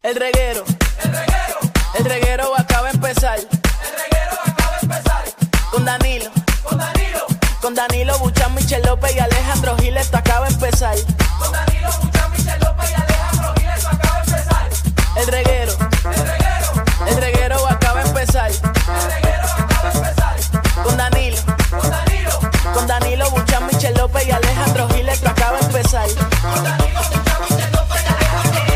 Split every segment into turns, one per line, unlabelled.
El reguero. El reguero. El reguero acaba de empezar. El reguero acaba de empezar. Con Danilo. Con Danilo. Con Danilo Buchan, Michel López y Alejandro Gil, esto acaba de empezar. Con Danilo Buchan, Michel López y Alejandro Gil, esto acaba de empezar. El reguero. El reguero. El reguero acaba de empezar. El reguero acaba de empezar. Con Danilo. Con Danilo. Con Danilo Buchan, Michel López y Alejandro Gil, esto acaba de empezar. Con Danilo Buchan, Michel López y Alejandro Gil, esto acaba de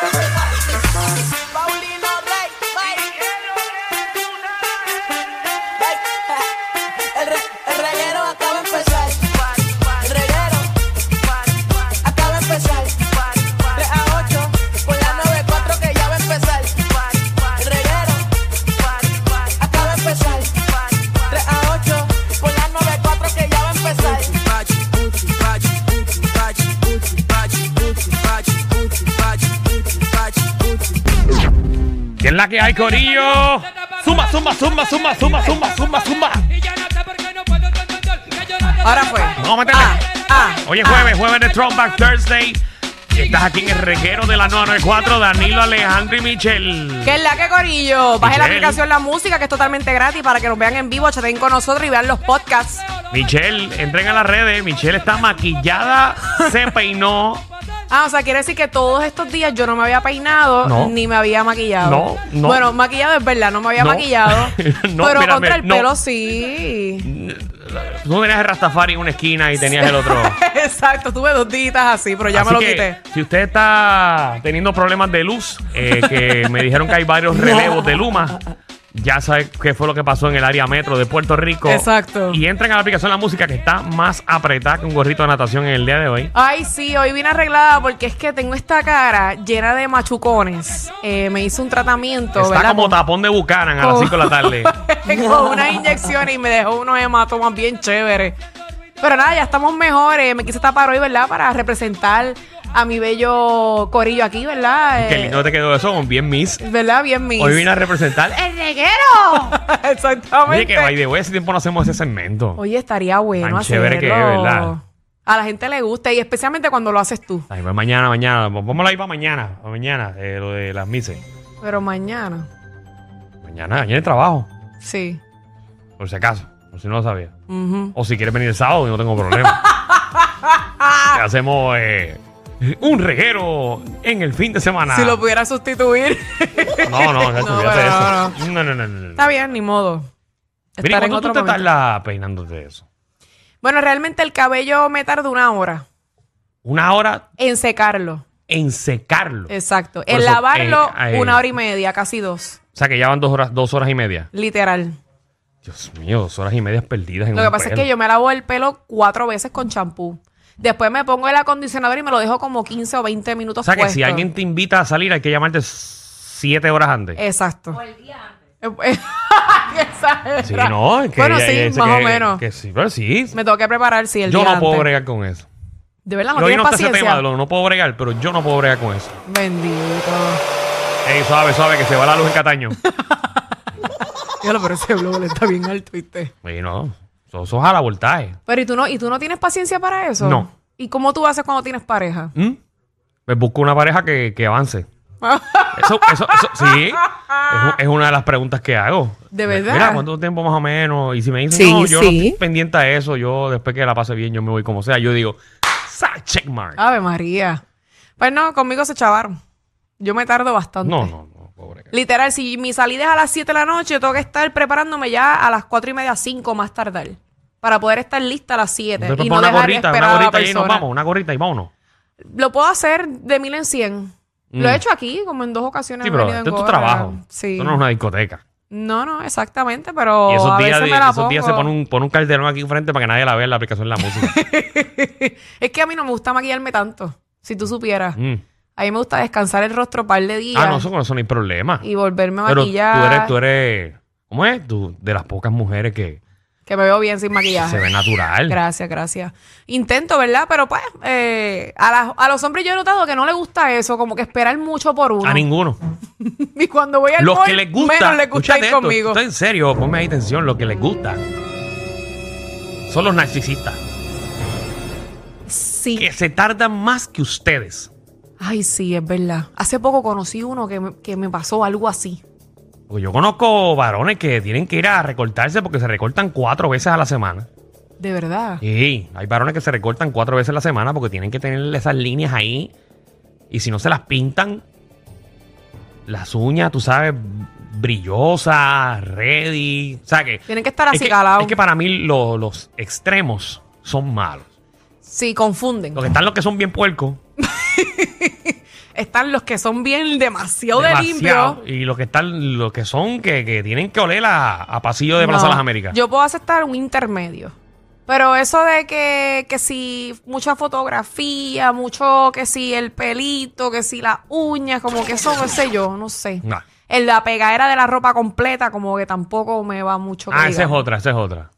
empezar. Paulino Rey, El, re- el reguero acaba de empezar. El reguero acaba de empezar. 3 a 8 por la 94 que ya va a empezar. El reguero acaba de empezar. 3 a 8 por la 94 que ya va a empezar.
¿Qué es la que hay, Corillo? Zumba, zumba, zumba, zumba, zumba, zumba, zumba, zumba.
Ahora fue.
Vamos a meterle.
Ah,
Hoy es jueves, jueves de Throwback Thursday. Y estás aquí en el reguero de la 994, Danilo, Alejandro y Michel.
Que es la que corillo. Baje la
Michelle.
aplicación La Música, que es totalmente gratis para que nos vean en vivo, chaten con nosotros y vean los podcasts.
Michel, entren a las redes. Michelle está maquillada, se peinó.
Ah, o sea, quiere decir que todos estos días yo no me había peinado
No.
ni me había maquillado.
No, no.
Bueno, maquillado es verdad, no me había
No.
maquillado.
No,
pero
mírame,
contra el
no.
pelo sí.
Tú tenías el Rastafari en una esquina y tenías el otro.
Exacto, tuve dos ditas así, pero ya
Así
me lo
que,
quité.
Si usted está teniendo problemas de luz, eh, que me dijeron que hay varios relevos de Luma, ya sabe qué fue lo que pasó en el área metro de Puerto Rico.
Exacto.
Y entran a la aplicación La Música, que está más apretada que un gorrito de natación en el día de hoy.
Ay, sí, hoy vine arreglada porque es que tengo esta cara llena de machucones. Eh, me hice un tratamiento,
Está
¿verdad?
como tapón de Bucanan a las
Oh.
5 de la tarde.
con una inyección y me dejó unos hematomas bien chéveres. Pero nada, ya estamos mejores. Me quise tapar hoy, ¿verdad? Para representar a mi bello corillo aquí, ¿verdad?
Qué
Eh,
lindo te quedó eso, bien miss.
¿Verdad? Bien mío.
Hoy vine a representar.
¡El reguero!
Oye, que by
Exactamente.
the way, hace tiempo no hacemos ese segmento.
Oye, estaría bueno
Tan chévere que es,
hacerlo.
¿verdad?
A la gente le gusta y especialmente cuando lo haces tú.
Ay, pues mañana, mañana. Vámonos ahí para mañana. Para mañana, eh, lo de las mises.
Pero mañana,
Mañana, mañana hay trabajo,
sí.
por si acaso. Por si no lo sabía.
Ujú.
O si quieres venir el sábado, yo no tengo problema. Te hacemos eh, un reguero en el fin de semana.
Si lo pudiera sustituir.
No, no, no,
No,
olvídate de
pero
eso. no, no, no, no, no.
Está bien, ni modo.
Mira,
Estar en
¿cuánto tú
otro
te
momento.
tardas peinándote eso?
Bueno, realmente el cabello me tardó una hora
Una hora
en secarlo.
en secarlo.
Exacto.
Por
En
eso,
lavarlo,
eh, eh,
una hora y media, casi dos,
O sea, que ya van dos horas, dos horas y media.
literal.
Dios mío, dos horas y media perdidas en
Lo que
un
pasa es
pelo.
que yo me lavo el pelo cuatro veces con champú. Después me pongo el acondicionador y me lo dejo como 15 o 20 minutos
O sea, que si
puesto.
alguien te invita a salir, hay que llamarte siete horas antes.
Exacto. Exacto.
sí, no, es que.
Bueno,
ella-
sí,
ella dice
más o
que-
menos.
Que sí, pero sí.
Me tengo que preparar, sí, el
Yo
día
no puedo
antes.
bregar con eso.
De verdad, no
Yo hoy no
tienes
está ese tema,
paciencia.
lo- no puedo bregar, pero yo no puedo bregar con eso.
Bendito.
Ey, suave, suave, que se va la luz en Cataño.
Diablo, pero ese blog está bien alto, ¿viste?
y no, eso, eso es a la voltaje.
Pero ¿y tú, no, ¿y tú no tienes paciencia para eso?
No.
¿Y cómo tú haces cuando tienes pareja?
¿Mm? Me busco una pareja que, que avance. Eso, eso, eso, sí. Es, un- es una de las preguntas que hago.
¿De
Me-
verdad?
Mira, ¿cuánto tiempo más o menos? Y si me dicen,
Sí,
no, yo no
sí.
estoy pendiente a eso, yo después que la pase bien, yo me voy como sea. Yo digo, sa checkmark.
Ave María. Pues no, conmigo se chavaron. Yo me tardo bastante.
No, no, no, pobre.
Literal, si mi salida es a las 7 de la noche, yo tengo que estar preparándome ya a las 4 y media, 5 más tardar. Para poder estar lista a las 7
Entonces, pues
y
pon una
no dejar
gorrita,
esperar
una
a la
gorrita y ahí nos
persona.
vamos, una gorrita y vámonos.
Lo puedo hacer de mil en cien. Lo
Mm.
he hecho aquí, como en dos ocasiones.
Sí,
he
pero
venido
este es
en
tu
gorra.
trabajo.
Sí.
Esto no es una discoteca.
No, no, exactamente, pero
Y
a
esos días,
veces
de-
me la
esos días se
pongo.
pone un, pone un calderón aquí enfrente para que nadie la vea en la aplicación de la música.
es que a mí no me gusta maquillarme tanto, si tú supieras.
Mm.
A mí me gusta descansar el rostro un par de días
Ah, no, eso con eso no hay problema.
y volverme a
Pero tú
maquillar.
eres, tú eres, ¿cómo es? Tú, de las pocas mujeres que
Que me veo bien sin maquillaje.
se ve natural.
Gracias, gracias. Intento, ¿verdad? Pero pues, eh, a, las- a los hombres yo he notado que no les gusta eso, como que esperar mucho por uno.
A ninguno.
y cuando voy al
Los
mall,
que les gusta.
menos les gusta
escúchate
ir
esto,
conmigo.
esto es en serio, ponme ahí atención. Los que les gusta son los narcisistas.
Sí.
Que se tardan más que ustedes.
Ay, sí, es verdad. Hace poco conocí uno que me, que me pasó algo así.
Porque yo conozco varones que tienen que ir a recortarse porque se recortan cuatro veces a la semana.
De verdad.
Sí, hay varones que se recortan cuatro veces a la semana porque tienen que tener esas líneas ahí. Y si no se las pintan, las uñas, tú sabes, brillosas, ready. O sea que.
Tienen que estar
es
así
que,
calados.
es que para mí lo- los extremos son malos.
Sí, confunden.
Los que están los que son bien puercos.
Están los que son bien demasiado, de
demasiado,
limpio.
Y los que están, los que son que, que tienen que oler a, a pasillo de Plaza
No,
Las Américas.
Yo puedo aceptar un intermedio. Pero eso de que, que si mucha fotografía, mucho que si el pelito, que si las uñas, como que eso, no sé yo, no sé.
No.
En la pegadera de la ropa completa, como que tampoco me va mucho. que
ah, esa es
digamos.
otra, esa es otra.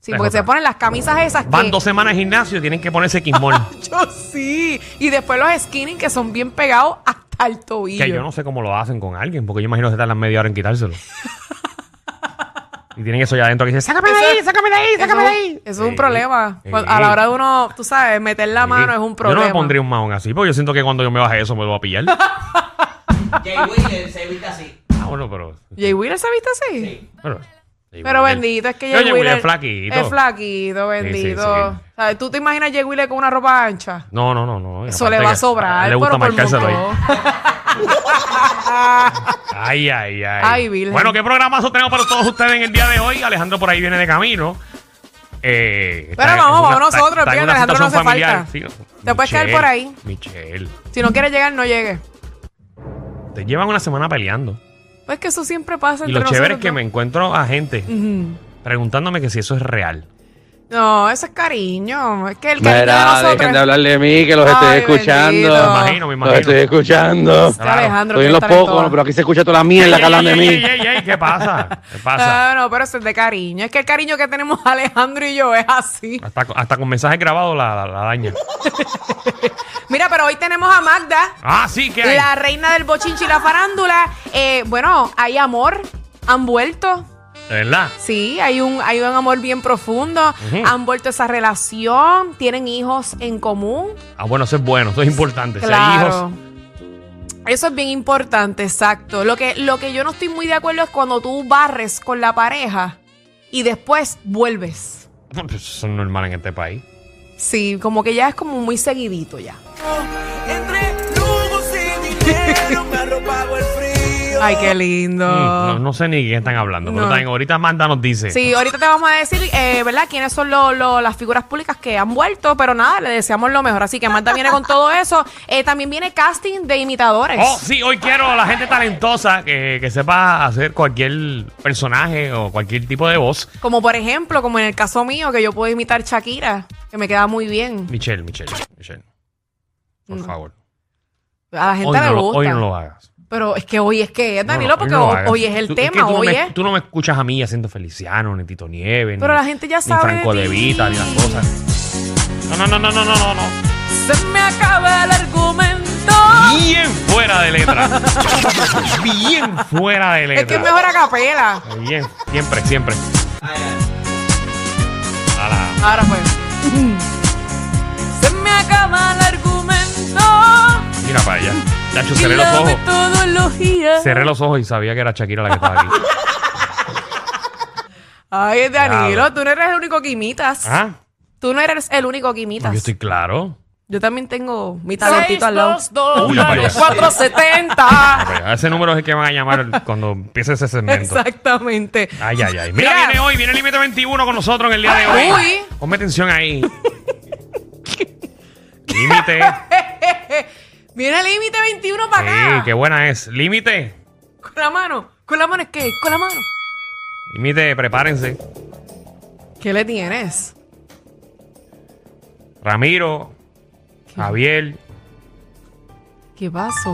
Sí,
esa es
porque se
otra.
ponen las camisas esas
Van
que...
dos semanas al gimnasio y tienen que ponerse quismol.
Yo sí. Y después los skinning que son bien pegados hasta el tobillo.
Que yo no sé cómo lo hacen con alguien, porque yo imagino que se tardan media hora en quitárselo. y tienen eso ya adentro que dice, sácame de ahí, sácame de ahí,
Eso-
sácame de ahí.
Eso es un
Sí,
problema.
sí.
Cuando- A la hora de uno, tú sabes, meter la
Sí.
mano es un problema.
Yo no me pondría un mahón así, porque yo siento que cuando yo me baje eso me lo va a pillar. ah,
Jay Wheeler se viste así.
bueno, pero...
Jay Wheeler se viste así.
pero
Pero bendito, es que Jay Wheeler
es flaquito.
Es flaquito, bendito.
sí.
O sea, ¿Tú te imaginas Jay Wheeler con una ropa ancha?
No, no, no, no. y
Eso
aparte
le va a
que
sobrar.
le gusta
pero por
marcárselo ahí.
mucho.
Ay, ay, ay.
Ay, Virgen.
Bueno, ¿qué programazo tenemos para todos ustedes en el día de hoy? Alejandro por ahí viene de camino. Eh,
Pero
está-
vamos,
está-
vamos
está-
nosotros,
está en
bien,
una
Alejandro no hace
situación
falta. Te puedes caer
Michelle,
por ahí.
Michelle,
Si no quieres llegar, no llegues.
te llevan una semana peleando.
Pues que eso siempre pasa
Y
entre
lo chévere es que me
nosotros Mm.
encuentro a gente preguntándome que si eso es real.
dos. No, eso es cariño. Es que el cariño de
Mira,
nosotros...
dejen de
es-
hablar de mí, que los
Ay,
estoy escuchando.
bendito.
Me imagino,
Los
me imagino.
Ah. estoy escuchando.
Este Alejandro,
Estoy en
que
los
está en
pocos,
todas.
pero aquí se escucha toda la mierda que hablan de
Ey, ey,
mí.
ey, ey, ey, ¿Qué pasa? ¿Qué pasa?
No, no, pero eso es de cariño. Es que el cariño que tenemos Alejandro y yo es así.
Hasta, hasta con mensajes grabados la, la, la daña.
Mira, pero hoy tenemos a Magda,
Ah, sí, que hay.
la reina del bochinchi y la farándula. Eh, bueno, hay amor, han vuelto.
De verdad.
Sí, hay un, hay un amor bien profundo.
Ujú.
Han vuelto esa relación, tienen hijos en común.
Ah, bueno, eso es bueno, eso es importante. Si hay hijos,
Claro. Eso es bien importante, exacto. Lo que, lo que yo no estoy muy de acuerdo es cuando tú barres con la pareja y después vuelves.
Pues Eso es normal en este país.
Sí, como que ya es como muy seguidito ya.
Entre lujos y dinero me ha robado el frío.
Ay, qué lindo.
Mm, No, no sé ni de qué están hablando, pero
No.
también ahorita Manda nos dice.
Sí, ahorita te vamos a decir, eh, ¿verdad? Quiénes son lo- lo- las figuras públicas que han vuelto, pero nada, le deseamos lo mejor. Así que Marta viene con todo eso. Eh, también viene casting de imitadores.
Oh, sí, hoy quiero a la gente talentosa que, que sepa hacer cualquier personaje o cualquier tipo de voz.
Como por ejemplo, como en el caso mío, que yo puedo imitar Shakira, que me queda muy bien.
Michelle, Michelle, Michelle. Por favor.
A la gente
Hoy
le
no, lo,
gusta.
hoy no lo hagas.
Pero es que hoy es que es,
No, no,
Danilo, porque
no lo
hoy,
hagas.
hoy es el
Tú-
tema,
que tú no
hoy
me-
es.
Tú no me escuchas a mí haciendo Feliciano, ni Tito Nieves,
Pero
ni,
la gente ya
ni
sabe
Franco
de
de
ti.
Vita, ni las cosas. No, no, no, no, no, no, no, no.
Se me acaba el argumento.
Bien fuera de letra. Bien fuera de letra.
Es que es mejor a capela.
Bien, siempre, siempre.
Ay, ay.
A la-
Ahora pues. Se me acaba el argumento.
mira para allá. Nacho, cerré los ojos. Cerré los ojos y sabía que era Shakira la que estaba aquí.
Ay, Danilo,
Diablo.
tú no eres el único que imitas.
¿Ah?
Tú no eres el único que
Yo
imitas.
estoy claro.
Yo también tengo mi talentito al lado.
Uy, la payaso.
470.
Pero ese número es el que van Pues, a llamar cuando empiece ese segmento.
Exactamente.
Ay, ay, ay. Mira,
Mira.
viene hoy, viene el límite 21 con nosotros en el día de hoy.
Uy.
Ponme atención ahí. Límite.
Viene el límite 21 para
Sí,
acá.
qué buena es. Límite.
Con la mano. Con la mano es que, con la mano.
Límite, prepárense.
¿Qué le tienes?
Ramiro, Javier,
¿Qué pasó?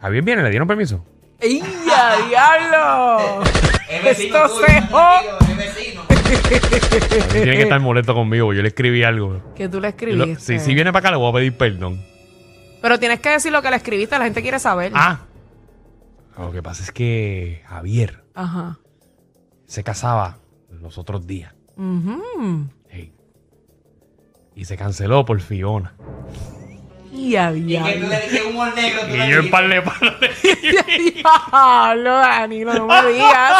Javier viene, le dieron permiso.
¡Ya, diablo!
Es vecino
Esto
tuyo,
se
no contigo, es vecino.
Javier tiene que estar molesto conmigo, yo le escribí algo.
Que tú le escribiste.
Lo- si, si viene para acá, le voy a pedir perdón.
Pero tienes que decir lo que le escribiste, la gente quiere saber.
Ah, lo que pasa es que Javier
Ajá.
se casaba los otros días.
Ujú.
Ey. Y se canceló por Fiona.
¡Ya,
Y que tú
diablo!
le dices humor negro. tú
Y
le
yo en
dijiste,
par de palos
Diablo, Danilo, no me digas.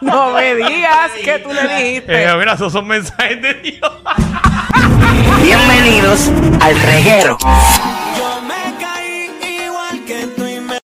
No me digas que tú le dijiste.
Eh, mira, esos son mensajes de Dios.
Bienvenidos al reguero.